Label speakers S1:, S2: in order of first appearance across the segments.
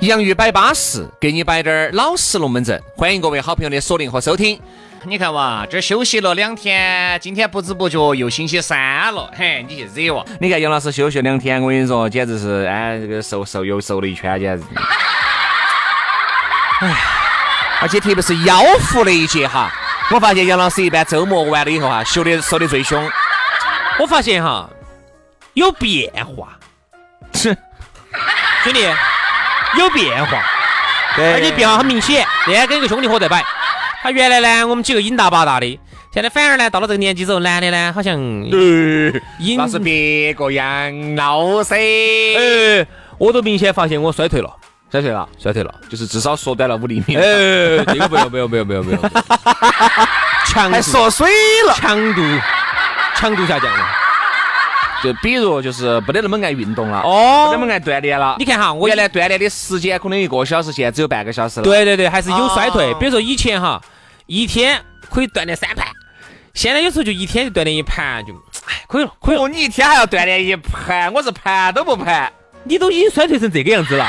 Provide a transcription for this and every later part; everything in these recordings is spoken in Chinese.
S1: 洋芋摆巴适，给你摆点儿老实龙门阵。欢迎各位好朋友的锁定和收听。
S2: 你看哇，这休息了两天，今天不知不觉又星期三了，嘿，你去惹我。
S1: 你看杨老师休息两天，我跟你说，简直是哎，这个瘦瘦又瘦了一圈，简直。哎，而且特别是腰腹那一节哈，我发现杨老师一般周末完了以后哈，休的瘦的最凶。
S3: 我发现哈有变化，
S1: 是，
S3: 兄弟有变化，
S1: 对
S2: 哎
S3: 而且变化很明显。那天跟一个兄弟伙在摆，他原来呢我们几个瘾大把大的，现在反而呢到了这个年纪之后，男的呢好像瘾
S1: 那是别个杨老师。
S2: 哎
S3: 呃，我都明显发现我衰退了，
S1: 三岁了，
S3: 衰退了。
S1: 啊 就是至少缩短了五厘
S2: 哎
S1: 米。
S3: 呃，这个不要不要不要不要不要， 强
S1: 还
S3: 度
S1: 缩水了，
S3: 强度强度下降了。
S1: 就比如就是不得那么爱运动了，不得那
S3: 哦，
S1: 么爱锻炼了。
S3: 你看哈，我
S1: 原来锻炼的时间可能一个小时，现在只有半个小时了。，
S3: 对对对，还是有衰退。
S1: 哦
S3: 比如说以前哈，一天可以锻炼三盘，现在有时候就一天就锻炼一盘，就哎可以了，可以了。
S1: 哦，你一天还要锻炼一盘，我是盘都不盘，
S3: 你都已经衰退成这个样子 了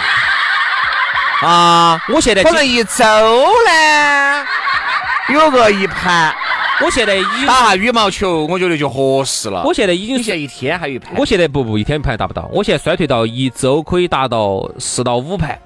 S3: 啊！我现在
S1: 可能一周呢有个一盘。
S3: 我现在已经
S1: 打下羽毛球，我觉得就合适了。
S3: 啊我现在已
S1: 你
S3: 经
S1: 现在一天还有一盘，
S3: 我现在不不一天一盘达不到，我现在衰退到一周可以达到四到五盘。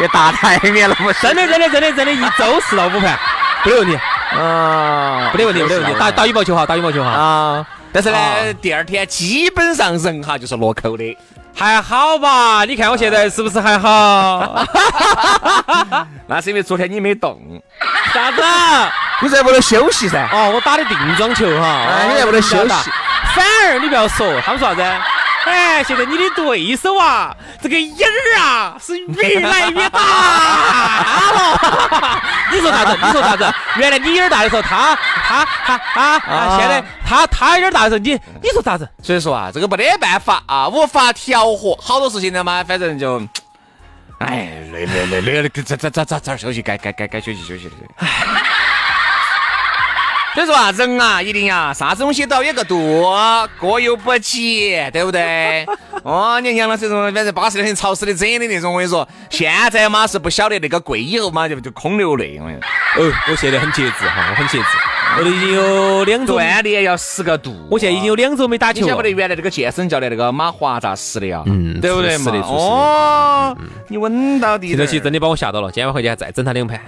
S1: 也打台面了，不是？
S3: 真的真的真的真的，一周四到五 盘，没得问题，
S1: 啊，
S3: 没得问题，没得问 题。打打羽毛球哈，打羽毛球哈，
S1: 啊，但是呢
S3: 啊，
S1: 第二天基本上人哈就是落扣的。
S3: 还好吧？你看我现在是不是还好？
S1: 那是因为昨天你没动，
S3: 啥子？啊
S1: 你在屋头休息噻。
S3: 哦，我打的定妆球哈，
S1: 哎
S3: 哦
S1: 你在屋头休息。
S3: 反而你不要说，他们说啥子？哎，现在你的对手啊，这个眼儿啊是越来越大了。 你说啥子？你说啥子？原来你眼儿大的时候，他他他他
S1: 啊
S3: 啊，现在他他眼儿大的时候，你你说啥子？
S1: 所以说啊，这个没得办法啊，无法调和，好多事情的嘛，反正就，哎，累累累累了，咋咋咋咋咋休息，该该该该休息休息了。所以说啊，人啊，一定要啥子东西都要有个度，过犹不及，对不对？哦，你看杨老师这种，反正巴适的很，潮湿的整的那种，我跟你说，现在嘛是不晓得那个贵以后嘛就就空流泪，我跟你说，
S3: 哦，我现在很节制哈，我很节制，我都已经有两周，
S1: 锻炼要十个度。
S3: 我现在已经有两周没打
S1: 你
S3: 球
S1: 晓
S3: 了
S1: 不得。原来这个健身教练那个马华咋死的呀？
S3: 嗯
S1: 对不对嘛
S3: 出事的？出事的
S1: 哦，你稳到底
S3: 这
S1: 点儿。
S3: 东西真的把我吓到了，今天晚上回家再整他两盘。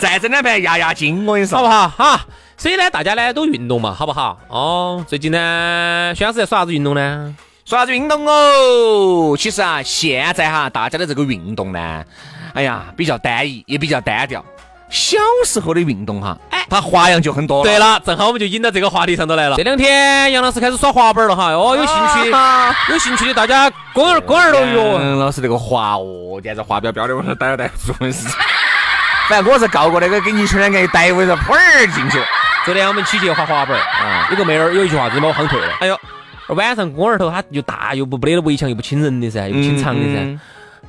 S1: 再整两盘压压惊，我跟你
S3: 好不
S1: 说。
S3: 好哈？所以呢，大家呢都运动嘛，好不好？哦，最近呢，薛老师在耍啥子运动呢？
S1: 说啥子运动哦？其实啊，现在哈，大家的这个运动呢，哎呀，比较单一，也比较单调。小时候的运动哈，哎，它花样就很多了。
S3: 对了，正好我们就引到这个话题上头来了。这两天杨老师开始耍滑板了哈，哦，有兴趣的，
S1: 啊
S3: 有兴趣的大家肱儿肱儿啊了哟。
S1: 嗯，老师这个滑哦，简直滑标标的，我说逮都逮不住，真是。 反正我是告过那个给泥鳅两个一逮，我跟你说砰儿进去了。
S3: 昨天我们起去滑滑板，
S1: 啊
S3: 有个妹儿有一句话真的把我夯退了。哎呦，晚上肱儿头它又大又不不得了围墙，又不亲人的噻，又不亲长的噻。
S1: 嗯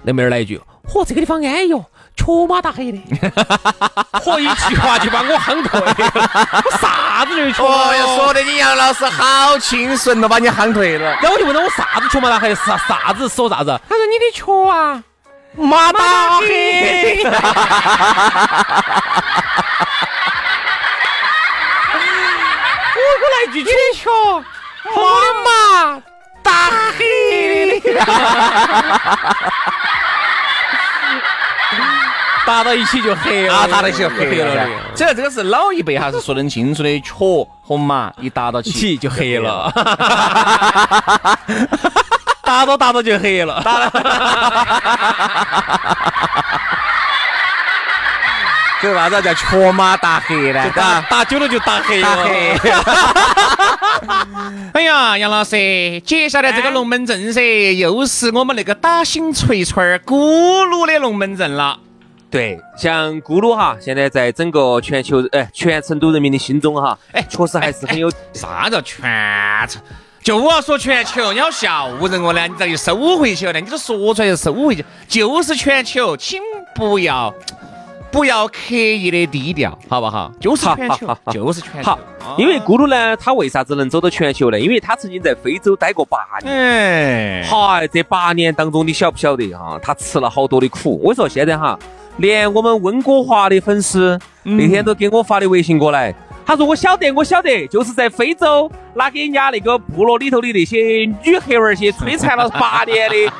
S3: 那妹儿来一句：“嚯，这个地方安逸哦，瘸马打黑的。”嚯，一句话就把我夯退 了。我啥子就是瘸马
S1: 哦
S3: 打黑
S1: 哟，说的你杨老师好清纯了，把你夯退了。
S3: 然后我就问他我啥子球嘛，他还啥啥子手啥子？
S1: 他说你的球啊，
S3: 马
S1: 大黑。
S3: 我来一句球，球，我的马大黑。打到一起就黑了，
S1: 啊，打得起就黑
S3: 黑
S1: 了
S3: 了
S1: 噻。。这个这个是老一辈哈是说得清楚的，球和马一打到起
S3: 起就黑了， 打到打到就黑了，打
S1: 这为啥子叫球马打黑呢？
S3: 打打久了就打黑
S1: 打
S3: 了。
S1: 黑。
S2: 哎呀，杨老师，接下来这
S3: 哎
S2: 个龙门阵噻，又是我们那个打醒锤锤儿咕噜的龙门阵了。
S3: 对，像咕噜哈，现在在整个全球，哎，全成都人民的心中哈，哎，确实还是很有。
S2: 啥叫全程？就我说全球，你好吓唬人哦呢！你咋又收回去了呢？你都说出来就收回去，就是全球，请不要
S1: 不要刻意的低调，好不好？
S4: 就是
S3: 好
S4: 全
S3: 好
S4: 球
S3: 好，好
S1: 就是全球
S3: 好，因为咕噜呢，他为啥子能走到全球呢？因为他曾经在非洲待过八年。
S1: 哎，
S3: 嗨，这八年当中，你晓不晓得哈、他吃了好多的苦。我说现在哈，连我们温哥华的粉丝那天都给我发的微信过来，他说我晓得，我晓得，就是在非洲拿给人家那个部落里头的那些女黑娃儿些摧残了八年的，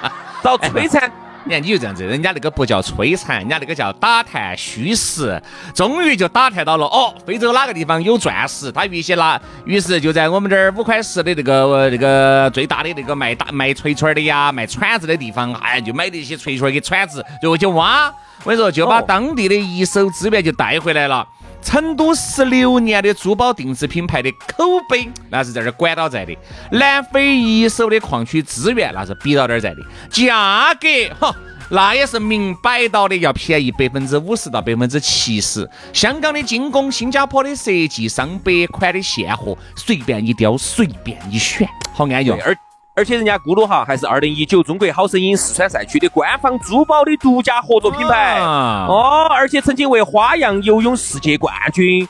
S3: 遭摧残。
S1: 你看你就这样子，人家那个不叫摧残，人家那个叫打探虚实，终于就打探到了哦，非洲哪个地方有钻石，他于是拿，于是就在我们这儿五块石的那个呃那个最大的那个卖打卖锤锤儿的呀，卖铲子的地方，哎，就买了一些锤锤儿给铲子，然后就挖，我跟你说，就把
S3: 哦
S1: 当地的一手资源就带回来了。成都十六年的珠宝定制品牌的口碑，那是在这儿管到在的；南非一手的矿区资源，那是比到这儿在的。价格，哈，那也是明摆到的，要便宜百分之五十到百分之七十。香港的精工，新加坡的设计，上百款的现货，随便一挑，随便一选，好安逸
S3: 对，
S1: 哦。
S3: 而而且人家咕噜哈还是二零一九中国好声音四川赛区的官方珠宝的独家合作品牌。
S1: 啊
S3: 哦，而且曾经为花样游泳世界冠军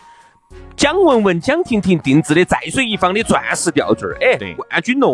S3: 蒋雯雯、蒋婷婷定制的“在水一方”的钻石吊坠儿，
S1: 对
S3: 哎，冠军喽！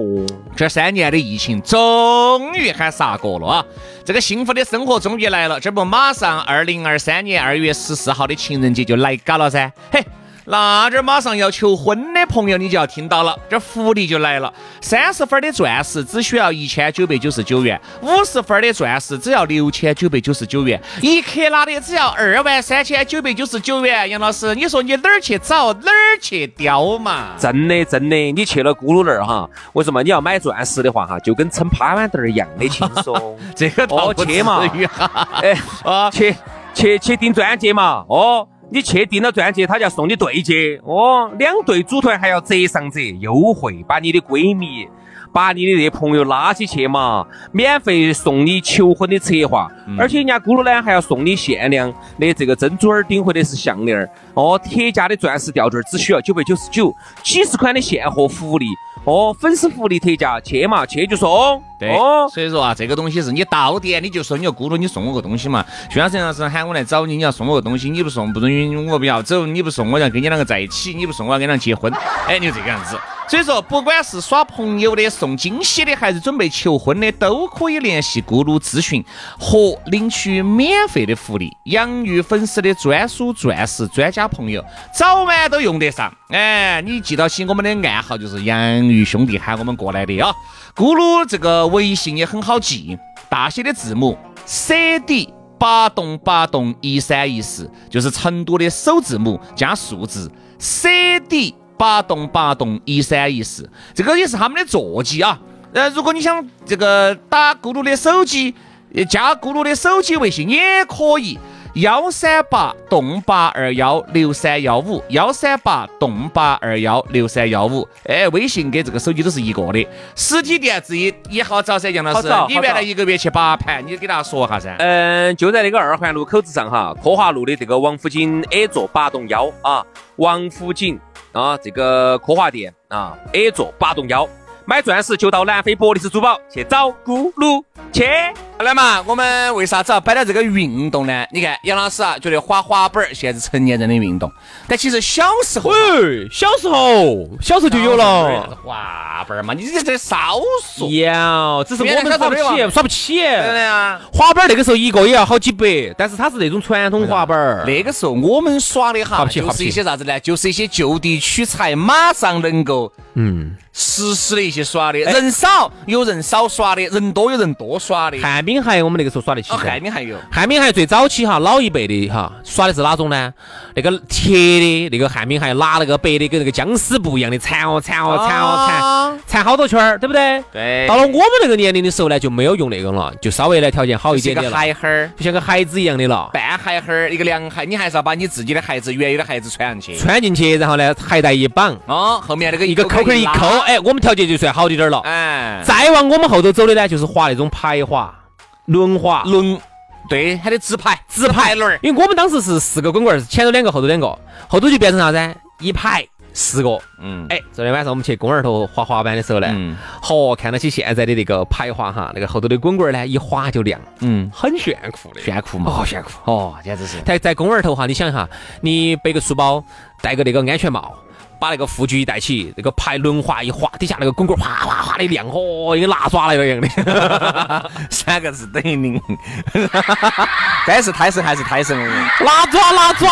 S1: 这三年的疫情终于喊杀过了啊！这个幸福的生活终于来了，这不马上二零二三年二月十四号的情人节就来嘎了噻！嘿，那这马上要求婚的朋友你就要听到了，这福利就来了：三十分的钻石只需要一千九百九十九元，五十分的钻石只要六千九百九十九元，一克拉的只要二万三千九百九十九元。杨老师，你说你哪儿去找哪儿去雕嘛？
S3: 真的，真的，你去了咕噜那儿哈，我说嘛，你要买钻石的话哈，就跟撑趴豌豆儿一样的轻 松。
S1: 这个倒
S3: 哦
S1: 不至
S3: 去嘛
S1: 于啊哈
S3: 哎，
S1: 啊！
S3: 去去去订钻戒嘛，哦，你去订了钻戒，他就要送你对戒，哦，两对组团还要折上折，优惠，把你的闺蜜。把你的那朋友拉起去嘛，免费送你求婚的策划，
S1: 嗯
S3: 而且人家咕噜呢还要送你限量的这个珍珠耳钉或者是项链儿，哦，铁价的钻石吊坠儿只需要九百九十九，几十款的现货福利，哦，粉丝福利特价，去嘛去就送，
S1: 对，
S3: 哦，
S1: 所以说啊，这个东西是你到点你就说你要咕噜，你送我个东西嘛。徐先生要是喊我来找你，你要送我个东西，你不送不准许我不要走，你不送我要跟你两个在一起，你不送我要跟两个结婚，哎，你就这个样子。所以说，不管是耍朋友的、送惊喜的，还是准备求婚的，都可以联系咕噜咨询和领取免费的福利，养育粉丝的专属钻石专家朋友，早晚都用得上。哎，你记到起我们的暗号就是养育兄弟喊我们过来的啊、咕噜这个微信也很好记，大写的字母 C D 八栋八栋一三一四，就是成都的首字母加数字 C D 八栋八栋一三一四，这个也是他们的座机啊。呃，如果你想这个打咕噜的手机，呃加咕噜的手机微信也可以。幺三八栋八二幺六三幺五，幺三八栋八二幺六三幺五，哎，微信跟这个手机都是一个的。实体店子也也好找噻，杨老
S3: 好
S1: 师
S3: 找，
S1: 你
S3: 好
S1: 原来
S3: 找
S1: 一个月去八盘，你给大家说下噻。
S3: 嗯，就在那个二环路口子上哈，科华路的这个王府井 A 座八栋幺啊，王府井啊这个科华店啊 A 座八栋幺，买钻石就到南非伯利斯珠宝去找咕噜去。
S4: 哎
S1: 呃来嘛，我们为啥子要摆到这个运动呢？你看杨老师啊，觉得滑滑板儿现在是成年人的运动，但其实小时候
S4: 喂，小时候，小时候就有
S3: 哎
S4: 了。，
S1: 滑板儿嘛，你这这少数。
S4: 有，只是我们耍不起，耍不起。
S1: 真的啊，
S4: 滑板儿那个时候一个也要好几百，但是它是那种传统滑板儿。
S1: 那个时候我们耍的
S4: 滑
S1: 哈，
S4: 不起
S1: 就
S4: 滑不
S1: 是
S4: 起
S1: 一些啥子呢？就是一些就地取材，马上能够
S4: 嗯，
S1: 实施的一些耍的。人少有人少耍的，人多有人多耍的。
S4: 旱冰鞋我们那个时候耍得起
S1: 哦，
S4: 噻。
S1: 汉冰还有，
S4: 旱冰鞋最早期哈，老一辈的哈耍的是哪种呢？那个铁的那个旱冰鞋，拿那个白的跟那个僵尸布一样的缠哦缠哦缠哦缠，
S1: 啊
S4: 缠好多圈儿，对不对？
S1: 对，
S4: 到了我们那个年龄的时候呢，就没有用那个了，就稍微呢条件好一
S1: 是
S4: 点
S1: 一个
S4: 点了，
S1: 孩孩儿。
S4: 就像个孩子一样的了。
S1: 半孩孩儿，一个凉鞋，你还是要把你自己的鞋子原有的鞋子穿上去。
S4: 穿进去，然后呢鞋带一绑，
S1: 哦，后面那个
S4: 一个
S1: 口
S4: 扣扣一
S1: 拉
S4: 扣，，哎，我们条件就算好一点儿了。
S1: 哎，
S4: 再往我们后头走的呢，就是滑那种排滑、轮滑、
S1: 轮，对，还得直排，直排轮儿。
S4: 因为我们当时是四个滚棍儿，前头两个，后头两个，后头就变成啥子？一排
S3: 十个。
S1: 嗯，
S3: 哎，昨天晚上我们去公园儿头滑滑板的时候呢
S1: 嗯，
S3: 嚯、看到起现在的那个排滑哈，那个后头的滚滚儿呢，一滑就亮，
S1: 嗯，
S3: 很炫酷的。
S1: 炫酷嘛，
S3: 哦，炫酷！
S1: 哦，简直是，
S3: 在在公园儿头哈，你想一下，你背个书包，戴个那个安全帽，把那个护具一戴起，那个排轮滑一滑，底下那个滚滚儿哗哗哗的亮，哦，一个拿耍了一 样的。
S1: 三个字等于 零，该是胎神还是胎神的人。
S3: 拿抓拿抓！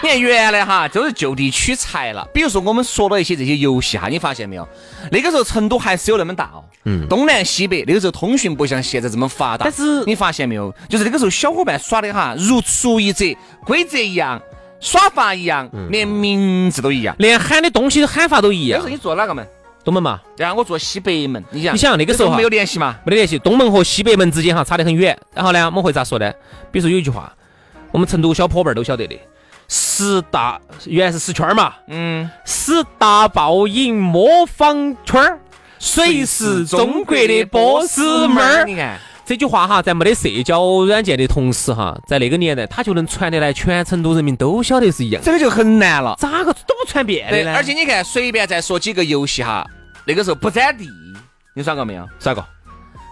S1: 你看原来哈，都是就地取材了。比如说我们说了一些这些游戏哈，你发现没有？那个时候成都还是有那么大哦，嗯，东南西北，那个时候通讯不像现在这么发达。
S3: 但是
S1: 你发现没有？就是那个时候小伙伴耍的哈，如出一辙，规则一样，耍法一样，连名字都一样。
S3: 连喊的东西喊法都嗯一
S1: 那
S3: 样
S1: 时候，你坐哪个门？
S3: 懂吗嘛？
S1: 然后我坐西北门，你想，
S3: 你想那个时候哈啊
S1: 没有联系嘛？
S3: 没得联系，东门和西北门之间哈差得很远。然后呢，我们会咋说呢？比如说有一句话，我们成都小伙伴儿都晓得的，十大原来是十圈儿嘛，
S1: 嗯，
S3: 十大报应模仿圈儿，谁是中国的波斯猫儿？
S1: 你看，
S3: 这句话哈，在没得社交软件的同时哈，在那个年代，它就能传得来，全成都人民都晓得是一样的，
S1: 这个就很难了。
S3: 咋个都不传遍的
S1: 对，
S3: 呢？
S1: 而且你看，随便再说几个游戏哈，那个时候不占地，你耍过没有？
S3: 咋个？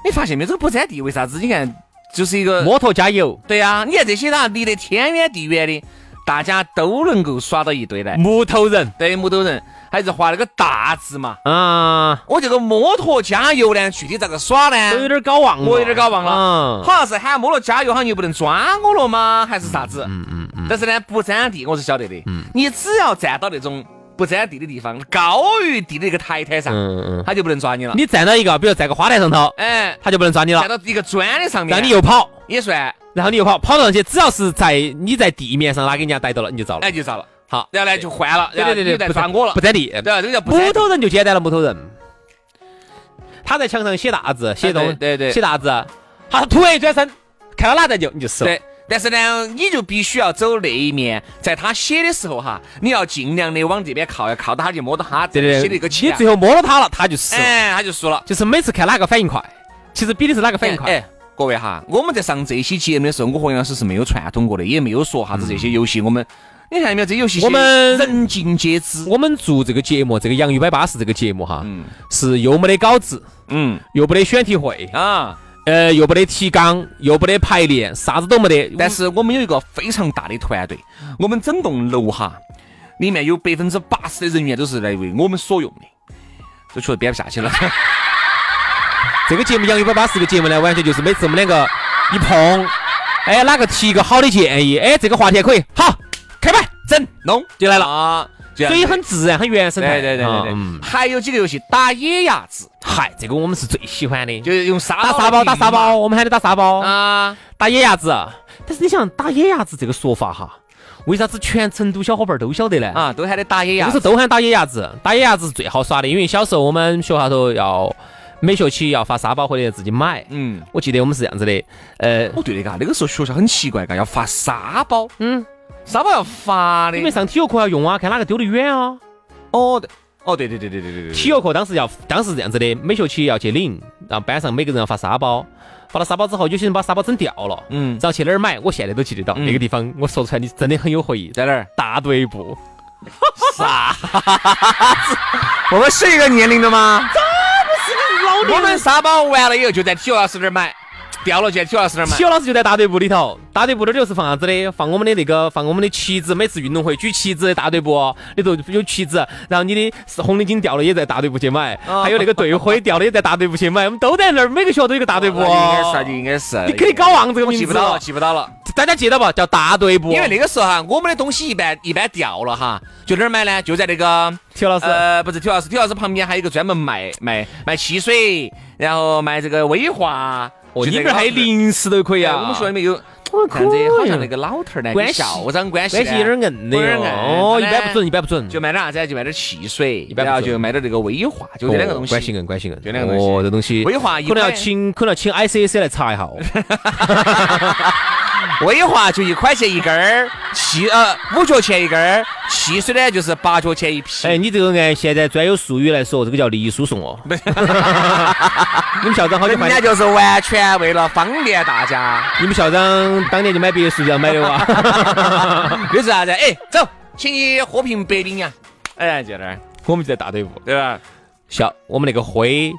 S1: 你发现没有？这个不占地为啥子？你看，就是一个
S3: 摩托加油，
S1: 对呀、你看这些啦，离得天远地远的，大家都能够耍到一堆来。
S3: 木头人
S1: 对，木头人还是画那个大字嘛。
S3: 啊，
S1: 我这个摩托加油呢，具体咋个耍
S3: 都有
S1: 呢？
S3: 点搞忘了，
S1: 我有点搞忘了，
S3: 嗯
S1: 好像是喊摩托加油，好像又不能抓我了吗？还是啥子？嗯嗯嗯。但是呢，不占地我是晓得的。
S3: 嗯
S1: 你只要站到那种不占地的地方，高于地的一个台台上，
S3: 嗯嗯。
S1: 他就不能抓你了。
S3: 你站到一个，比如站个花坛上头，
S1: 哎，
S3: 他就不能抓你
S1: 站
S3: 了，
S1: 到一个砖的上面，
S3: 让你又跑，
S1: 也算，
S3: 然后你又跑，跑上去，只要是在你在地面上哪给人家逮到了，你就遭了
S1: 哎。就咋了？
S3: 好，啊
S1: 然后呢就换了，
S3: 对
S1: 然后
S3: 对对
S1: 你
S3: 对，
S1: 再
S3: 不
S1: 抓
S3: 沾
S1: 我了，
S3: 不沾地。
S1: 对啊，这个叫不
S3: 木
S1: 沾地
S3: 头人就简单了，木头人，他在墙上写大字，写东，
S1: 对对对
S3: 写大字，他突然一转身，看到哪蛋就你就死了。
S1: 对。但是呢，你就必须要走那一面，在他写的时候哈，你要尽量的往这边靠，要靠到他就摸到他这
S3: 对
S1: 写的
S3: 对
S1: 一个
S3: 对，
S1: 起
S3: 你
S1: 来
S3: 最，后摸到他了，他就死了。
S1: 哎，他就输了。
S3: 就是每次看哪个反应快，其实比的是哪个反应快。
S1: 哎，各位哈，我们在上这一期节目的时候，我和杨老师是没有串通过的，也没有说啥子这些游戏，我们你看见没有？这游戏
S3: 我们
S1: 人尽皆知。
S3: 我们做这个节目，这个《洋芋摆巴士》这个节目哈，
S1: 嗯
S3: 是又没得稿子，
S1: 嗯
S3: 又不得选题会，
S1: 啊，
S3: 呃，又不得提纲，又不得排练，啥子都没得。
S1: 但是我们有一个非常大的团队，我们整栋楼哈，里面有百分之八十的人员都是来为我们所用的。这确实编不下去 了，
S3: 这个节目《杨一百八》十个节目呢，完全就是每次我们两个一碰，哎，哪个提一个好的建议，哎，这个话题还可以，好，开摆，整，
S1: 弄
S3: 就来了
S1: 啊，所
S3: 所以很自然，很原生态。
S1: 对对对对
S3: 啊
S1: 对，
S3: 嗯
S1: 还有几个游戏打野鸭子，
S3: 嗨，这个我们是最喜欢的，
S1: 就是用沙
S3: 打沙包，打沙包，我们喊的打沙包，
S1: 啊，
S3: 打野鸭子。但是你想，打野鸭子这个说法哈，为啥子全成都小伙伴都晓得呢？
S1: 啊，都喊的打野
S3: 那
S1: 鸭
S3: 个时候
S1: 子，
S3: 都喊打野鸭子，打野鸭子是最好耍的，因为小时候我们学校头要每学期要发沙包回来自己买。
S1: 嗯。
S3: 我记得我们是这样子的，呃，
S1: 哦，对的，嘎，那个时候学校很奇怪，嘎，要发沙包，嗯，沙包要发的
S3: 因为。上体育课要用啊，看哪个丢得远啊。
S1: 哦，对，哦，对对对对对对对。
S3: 体育课当时要，当时是这样子的，每学期要去领，然后班上每个人要发沙包，发了沙包之后，有些人把沙包整掉了，
S1: 嗯
S3: 然后去哪儿买，我现在都记得到，
S1: 嗯
S3: 那个地方我说出来你真的很有回忆，
S1: 在哪儿？
S3: 大队部，
S1: 我们是一个年龄的吗？我们沙包完了以后就在体育老师那儿买，掉了就在体育老师那儿买
S3: 体。育老师就在大队部里头，大队部那儿就是放啥子的，放我们的那个，放我们的旗子，每次运动会举旗子的大队部哦里头有旗子，然后你的是红领巾掉了也在大队部去买，
S1: 哦
S3: 还有那个队徽掉了也在大队部去买，我们都在那儿，每个学校都有个大队部，哦
S1: 那就应该是啊，就应该是。
S3: 你肯定搞忘这个
S1: 我
S3: 名字
S1: 记不到了，记不到了。
S3: 大家记得不？叫大队部。
S1: 因为那个时候哈，我们的东西一般一般掉了哈，就哪儿买呢？就在那个
S3: 体育老师
S1: 呃，不是体育老师，体育老师旁边还有一个专门卖卖卖汽水，然后卖这个威化。
S3: 哦，
S1: 就
S3: 你
S1: 在
S3: 们
S1: 老
S3: 还有
S1: 头儿
S3: 零食都可以
S1: 哎
S3: 啊。
S1: 我们学校里面有，
S3: 哦
S1: 看着好像那
S3: 可以
S1: 个老头儿呢，跟
S3: 关系
S1: 校长关系
S3: 关系有点硬的
S1: 有点硬
S3: 哟。哦，一
S1: 他呢
S3: 般不准，一般不准，
S1: 就卖点啥子啊？就卖点汽水，
S3: 般不
S1: 然后
S3: 准
S1: 就卖点这个威化，就这两个东西。
S3: 哦关系硬，关系硬，
S1: 就两个东西
S3: 哦，这东西
S1: 威化一
S3: 可能要
S1: 块
S3: 请，可能要请 ICAC 来查一下哦。
S1: 威化就一块钱一根儿，汽呃五角钱一根儿，汽水呢就是八角钱一瓶。
S3: 哎，你这个按现在专有术语来说，这个叫利益输送 哦。 你们校长好久
S1: 人
S3: 换
S1: 家，就是完全为了方便大家，
S3: 你们校长当年就买 啊别墅就要买的哇。
S1: 就是啥子？哎，走，请你喝瓶白冰呀。哎，就那儿，
S3: 我们就在大队部，
S1: 对吧？
S3: 小我们那个灰、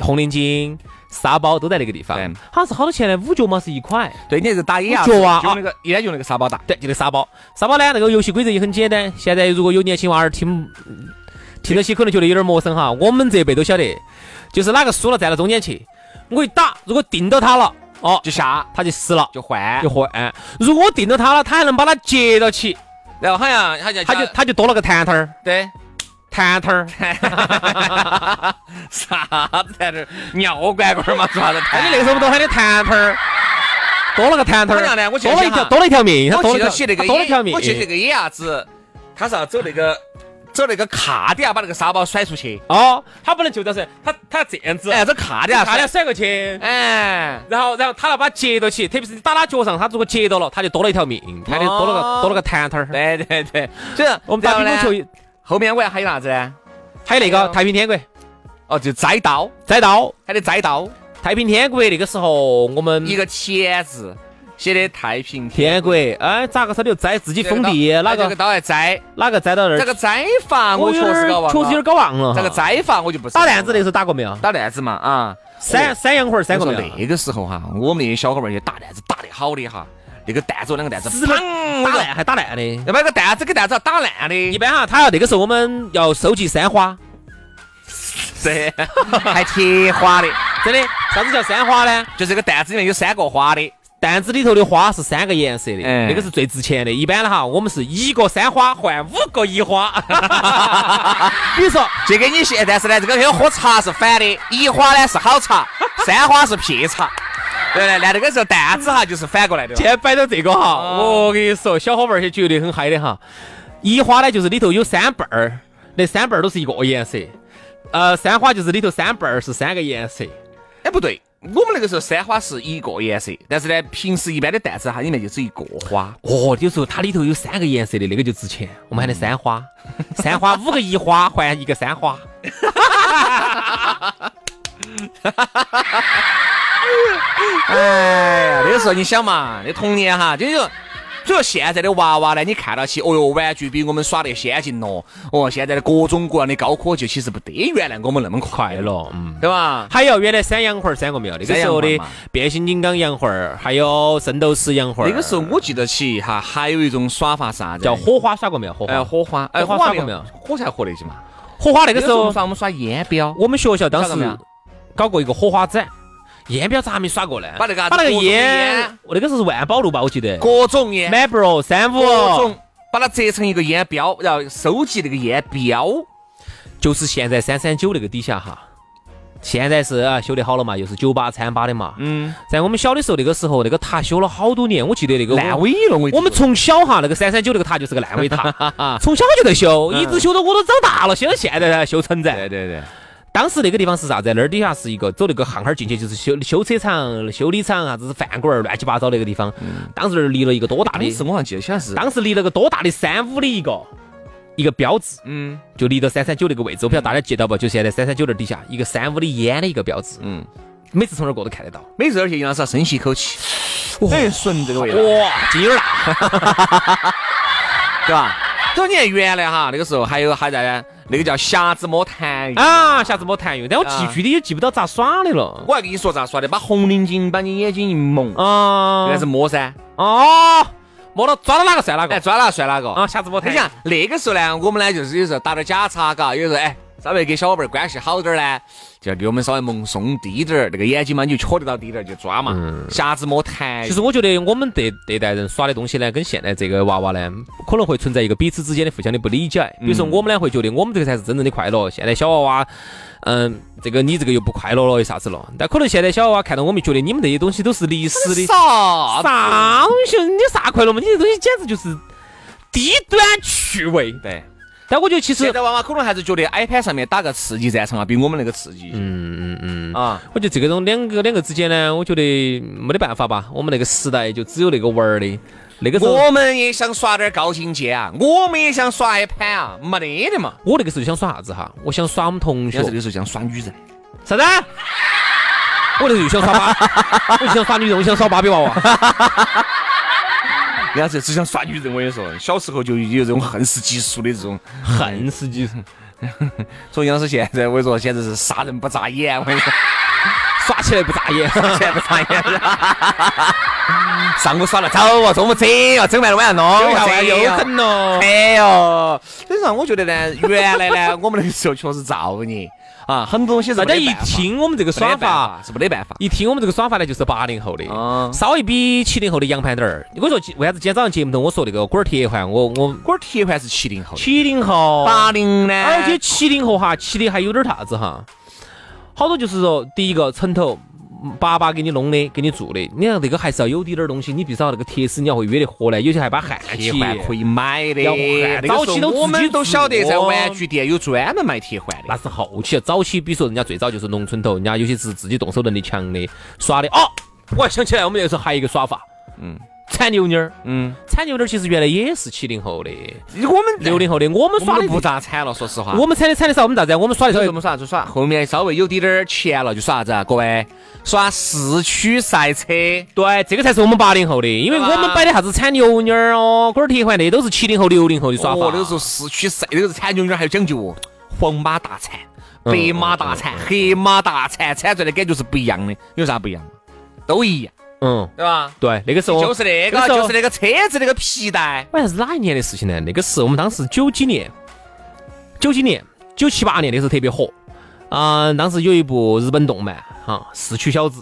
S3: 红领巾、沙包都在那个地方
S1: 对，
S3: 好像是好多钱呢？五角嘛是一块，
S1: 对，你那是打野啊，
S3: 我觉得啊
S1: 用那个一般用那个沙包打。
S3: 对，就那个沙包。沙包呢，那个游戏规则也很简单。现在如果有年轻娃儿听听得起，可能觉得有点陌生哈。我们这辈都晓得，就是哪个输了站到中间去，我一打，如果定到他了，哦，
S1: 就下
S3: 他就死了。
S1: 就换
S3: 就，换、如果定到他了，他还能把他接到起，
S1: 然后好像好像
S3: 他就他就多了个弹弹儿，
S1: 对，
S3: 弹弹儿。
S1: 啥子在这儿尿管管嘛，抓的
S3: 哎，你那个时候不都喊的弹弹儿，多了个弹弹
S1: 好像呢
S3: 儿，
S1: 我记
S3: 多
S1: 得
S3: 了一
S1: 想
S3: 条
S1: 哈
S3: 多了一条命，他
S1: 我
S3: 多
S1: 记
S3: 了
S1: 得
S3: 一
S1: 起那
S3: 条
S1: 个
S3: 他多了一条
S1: 野，
S3: 命。
S1: 我记得那个野鸭子，他是要走那个走那个卡底下把那个沙包甩出去，
S3: 哦，他不能就这样，他他这样子，
S1: 哎，这卡底下
S3: 他要
S1: 甩，
S3: 甩过去。
S1: 哎，
S3: 然后，然后他要把接到起，特别是你打他脚上，他如果接到了，他就多了一条命，他就多了个、
S1: 哦
S3: 多了个弹弹儿。
S1: 对对对，所以
S3: 我们打乒乓球
S1: 然后呢，
S3: 也，
S1: 后面我还还有啥子呢？
S3: 还有那个太平天国
S1: 哦，就摘刀，
S3: 摘刀，
S1: 还得摘刀，
S3: 太平天国那个时候我们
S1: 一个钱字写的太平
S3: 天国，哎，咋个他就摘自己
S1: 这个
S3: 封
S1: 刀
S3: 地，哪
S1: 哎这
S3: 个
S1: 个刀还摘，
S3: 哪个摘到那
S1: 这
S3: 儿？
S1: 个摘法我确
S3: 有点
S1: 实
S3: 儿
S1: 搞忘
S3: 确实
S1: 了
S3: 有点儿，搞忘了哈。
S1: 这个摘法我就不是
S3: 打弹子那时候打过没有？
S1: 打担子嘛啊，
S3: 三三洋魂儿三
S1: 我
S3: 个
S1: 说
S3: 哎没有？
S1: 那个时候哈，我们那些小伙伴儿去打担子打得好的哈，那个弹子两个弹子，
S3: 死了
S1: 砰
S3: 打烂还打烂的。
S1: 要把那个弹子给弹子要打烂
S3: 一
S1: 的，
S3: 般哈，他要那个时候我们要收集山花，
S1: 对， 还贴花的，
S3: 真的，啥子叫山花呢？
S1: 就是这个弹子里面有三个花的，
S3: 担子里头的花是三个颜色的，
S1: 哎
S3: 那个是最值钱的。一般的哈，我们是一个山花换五个一花。比如说，
S1: 就跟你现，但是呢，这个跟喝茶是反的，一花呢是好 茶，三花是屁茶，对不对？那这个时候担子哈就是反过来的了
S3: 现，在摆到这个哈，
S1: 哦
S3: 我跟你说，小伙伴儿些绝对很嗨的哈。一花呢，就是里头有三瓣儿，那三瓣儿都是一个颜色。呃，三花就是里头三瓣儿是三个颜色。
S1: 哎不对。我们那个时候三花是一个颜色，但是呢，平时一般的担子哈里面就只一个花，
S3: 哦，有时候它里头有三个颜色的，那个就值钱。我们喊的三花，三花五个一花换一个三花。
S1: 哎呀，那个时候你想嘛，那童年哈，就是说。所以说现在的娃娃呢，你看到起，哦哟，玩具比我们耍得先进咯。哦，现在的各种各样的高科技，其实不得原来我们那么快
S3: 快
S1: 了，
S3: 乐，嗯。
S1: 对吧？
S3: 还有原来三洋魂儿三个没有，那个
S1: 三
S3: 时
S1: 洋
S3: 候
S1: 魂
S3: 的
S1: 嘛
S3: 变形金刚洋魂儿，还有圣斗士洋魂儿。
S1: 那个时候我记得起哈，还有一种耍法啥子？
S3: 叫火花耍过没有？火
S1: 哎
S3: 花，
S1: 火花，哎
S3: 火花耍过没有
S1: 火才火得起嘛。
S3: 火花那
S1: 那
S3: 个
S1: 个
S3: 时
S1: 时候
S3: 候
S1: 耍我们耍烟标，
S3: 我们学校当
S1: 耍过没
S3: 时
S1: 有
S3: 搞过一个火花展，烟标咋还没耍过呢？
S1: 把那个
S3: 把那个
S1: 各种
S3: 烟
S1: 烟，
S3: 我那个时候是万宝路吧，我记得。
S1: 各种烟，
S3: Marlboro 三五，
S1: 各种把它折成一个烟标，然后收集那个烟标。
S3: 就是现在三三九那个底下哈，现在是啊修得好了嘛，又是酒吧、餐吧的嘛。
S1: 嗯，
S3: 在我们小的时候，那个时候那个塔修了好多年，我记得那个
S1: 烂
S3: 我
S1: 尾了，我
S3: 我们从小哈那个三三九那个塔就是个 烂尾塔，从小就在修，一直修到我都长大了，修到现在才修成
S1: 嗯对对
S3: 噻。
S1: 对，
S3: 当时那个地方是啥子？啊那儿底下是一个走那个巷巷儿进去就是修修车厂、修理厂啥子饭馆儿乱七八糟那个地方。当时那儿立了一个多大
S1: 嗯当时
S3: 的，
S1: 我好像记得起来是，
S3: 当时立了个多大的三五的一个一个标志。
S1: 嗯
S3: 就离到三三九那个位置，我不晓得大家记到不？就现在三三九那底下一个三五的烟的一个标志，
S1: 嗯。
S3: 每次从那儿过都看得到。
S1: 每次而且杨老师要深吸一口气，哎，顺这个味道，
S3: 哇，劲儿大！
S1: 对吧？所以你看原来哈，那个时候还有还在呢，那个叫瞎子摸痰盂。
S3: 啊，下次没谈用，但我
S1: 啊
S3: 记具体也记不到咋耍的了。
S1: 我还跟你说咋耍的，把红领巾把你眼睛一蒙，
S3: 啊，
S1: 那是摸噻，
S3: 哦，摸到抓到哪个算哪
S1: 哎，
S3: 个
S1: 抓哪算哪个。
S3: 啊，下次没
S1: 你
S3: 谈。
S1: 想那个时候呢，我们呢就是有时候打点假叉，嘎，有时候哎稍微跟小伙伴关系好点儿呢，就要离我们稍微蒙松低点儿，那个眼睛嘛你就瞧得到低点儿就抓嘛，
S3: 嗯
S1: 瞎子摸痰
S3: 其
S1: 盂。
S3: 实我觉得我们这这代人耍的东西呢，跟现在这个娃娃呢，可能会存在一个彼此之间的互相的不理解。比如说我们呢会觉得我们这个才是真正的快乐，现在小娃娃，嗯，这个你这个又不快乐了，又啥子了？但可能现在小娃娃看到我们，觉得你们这些东西都是历史的。
S1: 啥子？
S3: 啥啊东西？你啥快乐嘛？你这东西简直就是低端趣味。
S1: 对，
S3: 但我觉得其实
S1: 现，在娃娃可能还是觉得 iPad 上面打个刺激战场啊，比我们那个刺激
S3: 嗯嗯嗯，
S1: 啊。
S3: 我觉得这个种两个两个之间呢，我觉得没得办法吧。我们那个时代就只有那个玩儿的，那个时候
S1: 我们也想耍点高境界啊，我们也想耍一盘啊，没得的嘛。
S3: 我那个时候想耍啥子哈？我想耍我们同学
S1: 要是那时候想耍女人，
S3: 啥子？我那时候就想耍芭，我就想耍女人，我想耍芭比娃娃。
S1: 人家是只想耍女人，我跟你说，小时候就有这种恨死技术的这种
S3: 恨死你！
S1: 所以杨老师现在我跟你说，现在是杀人不眨眼，我跟你说，
S3: 耍起来不眨眼，
S1: 现在不眨眼。 上午耍了走哦，中午整哦，整完了晚上弄哦，
S3: 又
S1: 整哦
S3: 狠了。
S1: 哎呦，所以说我觉得呢，原来呢，我们那个时候确实造孽啊，很多东西是
S3: 大家一
S1: 听
S3: 听我们这个耍法，啊
S1: 是没得办法。
S3: 一听我们这个耍法呢，就是八零后的
S1: 嗯，
S3: 稍微比七零后的洋盘点儿。我说为啥子今天早上节目头我说那个滚儿铁环，我我
S1: 我铁环是七零后的，
S3: 七零后，哎
S1: 八零呢？
S3: 而且七零后哈，七零还有点啥子哈，好多就是说，第一个城头爸爸给你弄的，给你做的，你看这个还是要有滴点儿东西，你必须要那个铁丝你要会约得合来，有些还把焊
S1: 铁
S3: 起。
S1: 环可以买的
S3: 要换，
S1: 那个时候
S3: 早期都自己
S1: 我们都晓得，
S3: 做
S1: 在玩具店有专门卖铁环的
S3: 那。是后期，啊早期比如说人家最早就是农村头，人家有些是自己动手能力强的，耍的哦。我还想起来，我们那个时候还有一个耍法，
S1: 嗯
S3: 铲牛妮儿。
S1: 嗯，
S3: 铲牛妮儿其实原来也是七零后的、
S1: 我们
S3: 六零后的，我们
S1: 我
S3: 耍
S1: 们
S3: 的
S1: 都不咋惨了，说实话。
S3: 我们铲的铲的啥？我们咋子啊？我们耍的
S1: 晓得
S3: 时
S1: 我
S3: 候
S1: 们耍啥子耍？后面稍微有滴点儿钱了，就耍啥子啊？各位，耍四驱赛车。
S3: 对，这个才是我们八零后的，因为
S1: 对
S3: 我
S1: 吧
S3: 们摆的啥子铲牛妮儿哦、滚儿铁环，那都是七零后、六零后的耍法。
S1: 哦，那个时候四驱赛，那个时候铲牛牛还有讲究哦，黄马大铲、
S3: 嗯
S1: 白马大铲、黑马大铲，铲出来的感觉是不一样的。有啥不一样？都一样，
S3: 嗯，
S1: 对吧？
S3: 对，那个时候
S1: 就是那
S3: 那
S1: 个，
S3: 时候
S1: 就是那个车子那个皮带。
S3: 我还是哪一年的事情呢？那个是我们当时九几年，九几年、九七八年那时候特别火。啊、当时有一部日本动漫哈，《四驱小子》。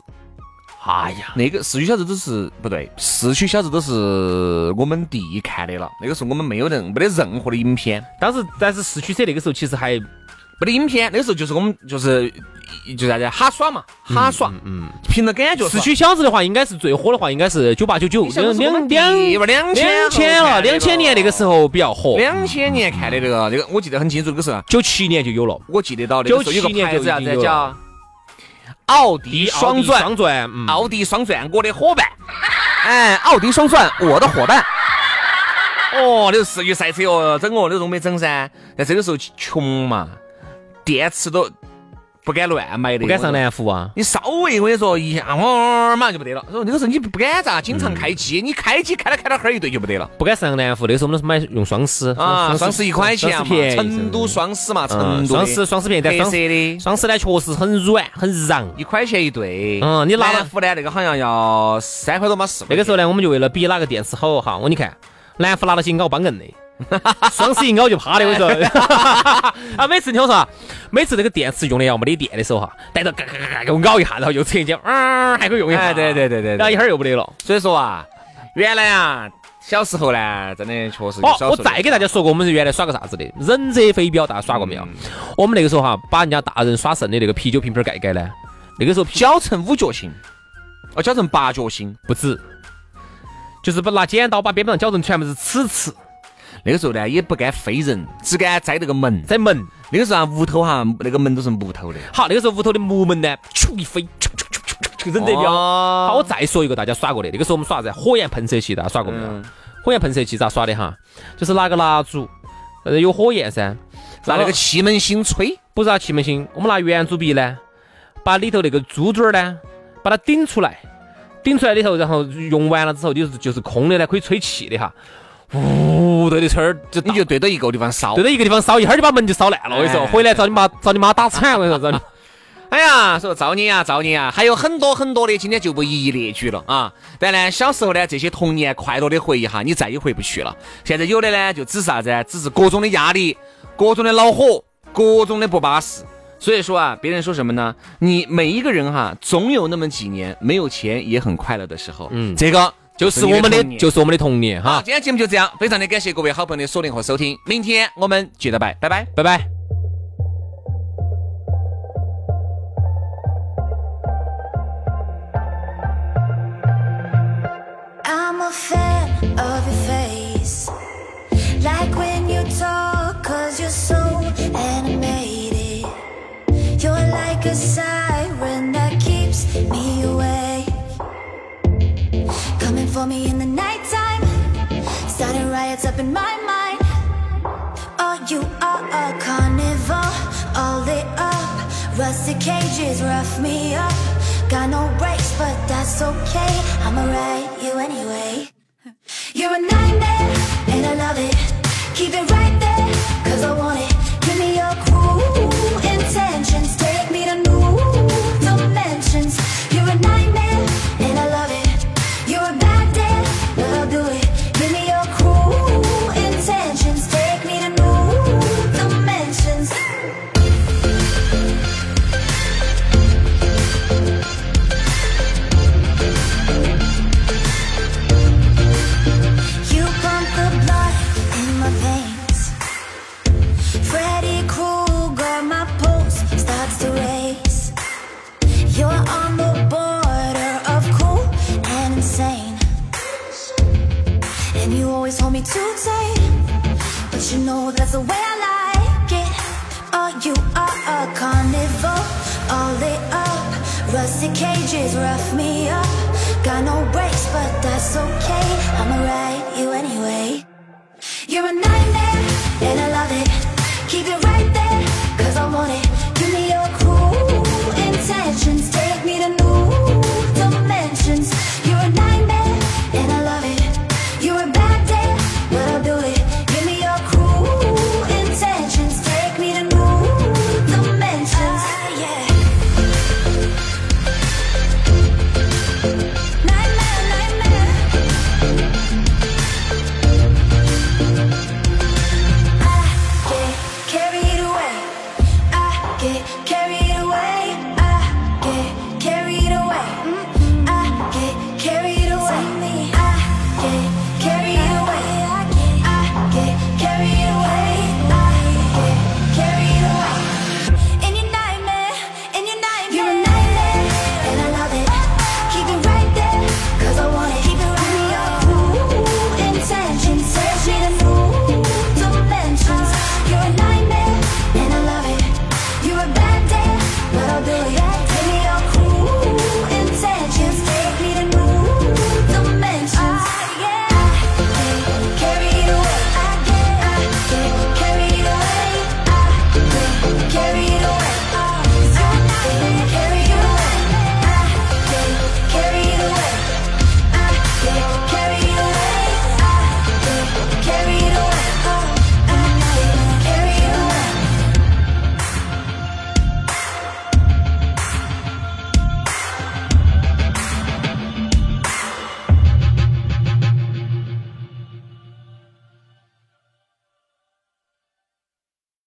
S3: 哎呀，
S1: 那个四驱小子都是不对，四驱小子都是我们弟看的了。那个时候我们没有任没得任何的影片，
S3: 当时但是四驱车那个时候其实还
S1: 没得影片。那个时候就是我们就是就啥子哈耍嘛，哈耍，嗯，凭着感觉
S3: 四
S1: 耍。
S3: 驱小子的话，应该是最火的话，应该是九八九九
S1: 你想
S3: 两
S1: 我们
S3: 两
S1: 弟
S3: 两
S1: 不两千
S3: 两千了，两千年那个时
S1: 候
S3: 候比较火，
S1: 看的了，两千年看的那个那个，我记得很清楚，那个时候啊
S3: 九七年就有了。
S1: 我记得到那个时候有个
S3: 97年
S1: 牌子啥
S3: 就已
S1: 子
S3: 经有
S1: 叫
S3: 了
S1: 奥迪双钻，
S3: 双钻，嗯，
S1: 奥迪双钻，我的伙伴。 哎，奥迪双钻，我的伙伴。哦，那是四驱赛车哦，整哦，那种没整噻。但这个时候穷嘛，电池都不敢乱买的，
S3: 不敢上
S1: 我跟你说。
S3: 南孚啊。
S1: 你稍微我跟你说一下，哦，马上就不得了。说那个时候你不敢咋，经常开机，
S3: 嗯
S1: 你开机开了开到哈儿一对就不得了
S3: 不敢上南孚，那时候我们都是买用双狮
S1: 啊！双十一块钱
S3: 双
S1: 嘛
S3: 狮便，宜
S1: 成都双十嘛，成
S3: 嗯
S1: 都
S3: 双十双十便宜，但
S1: 黑色
S3: 双十
S1: 的，
S3: 双十呢确实很软很瓤。
S1: 一块钱一对。
S3: 嗯你拿了
S1: 南孚呢？那个好像要三块多嘛，四块钱。哎
S3: 那个时候呢，我们就为了比哪个电池好哈，我你看南孚拿了些咬帮硬的。双十一咬就趴的，我跟你说， 啊，每次你听我说啊，每次这个电池用的要没得电的时候哈，带着嘎嘎嘎嘎给我咬一下，然后又扯一截，嗯，还可以用一下，
S1: 哎，对对对对
S3: 然后一
S1: 对。
S3: 会儿又不得了。
S1: 所以说啊，原来啊，小时候呢，真的确实有
S3: 哦
S1: 小时，候
S3: 我再给大家说过，我们是原来耍个啥子的，忍者飞镖，大家耍过没有？
S1: 嗯
S3: 我们那个时候哈，把人家大人耍剩的那个啤酒瓶瓶盖盖呢，那个时候啤
S1: 绞成五角星，哦，绞成八角星。
S3: 不止，就是把拿剪刀把边边上绞成全部是齿齿，
S1: 那个时候呢，也不敢飞人，只敢摘那个门。
S3: 在门。
S1: 那个时候啊，屋头哈，那个门都是木头的。
S3: 好，那个时候屋头的木门呢，咻一飞，咻咻咻咻咻，这个忍者镖。好，
S1: 好
S3: 我再说一个大家耍过的，那个时候我们耍啥子？火焰喷射器，大家耍过没
S1: 嗯
S3: 有？火焰喷射器咋耍的哈？就是拿个蜡烛，呃，有火焰噻，
S1: 拿那个气门芯吹，
S3: 不是啊，气门芯，我们拿圆珠笔呢，把里头那个珠珠儿呢，把它顶出来，顶出来里头，然后用完了之后就是就是空的呢，可以吹气的哈。呜，对的，吹儿就
S1: 你
S3: 打
S1: 就对到一个地方烧
S3: 对。着一个地方烧，一会儿就把门就烧烂了。我跟你说，
S1: 哎
S3: 回来找你妈找你妈打惨，我跟你说，找你。
S1: 哎呀，说造孽啊，造孽啊，还有很多很多的，今天就不一一列举了啊。当然，小时候呢，这些童年快乐的回忆哈，你再也回不去了。现在有的呢，就只是啥子啊，只是各种的压力，各种的恼火，各种的不巴适。所以说啊，别人说什么呢？你每一个人哈，总有那么几年没有钱也很快乐的时候。嗯，这个
S3: 就是
S1: 你
S3: 我们的
S1: 童，年
S3: 就是我们的童年
S1: 好，
S3: 哈。
S1: 啊今天节目就这样，非常的感谢各位好朋友的锁定和收听，明天我们接着拜，拜拜。
S3: 拜拜。
S5: I'm a fan of your face. Like when you talk, cause you're so animated. You're like a siren that keeps me awake. Coming for me in the nighttime, starting riots up in my mind. Oh, you are a carnival, all lit up. Rusty cages rough me up. Got no brakes, but that's okay. I'ma ride you anyway. You're a nightmare, and I love it. Keep it right there, cause I want it. Give me your cool intentions. Take me to new dimensions. You're a nightmare, and I love it. You're a bad day, but I'll do it. Give me your cool intentions. Take me to new dimensions. You pump the blood in my veins. Freddy Krueger, my pulse starts to race. You're on the border of cool and insane. And you always hold me too tight. But you know that's the way I like it. Oh, you are a carnivore, all lit up. Rusty cages rough me up. Got no brakes, but that's okay. Ah,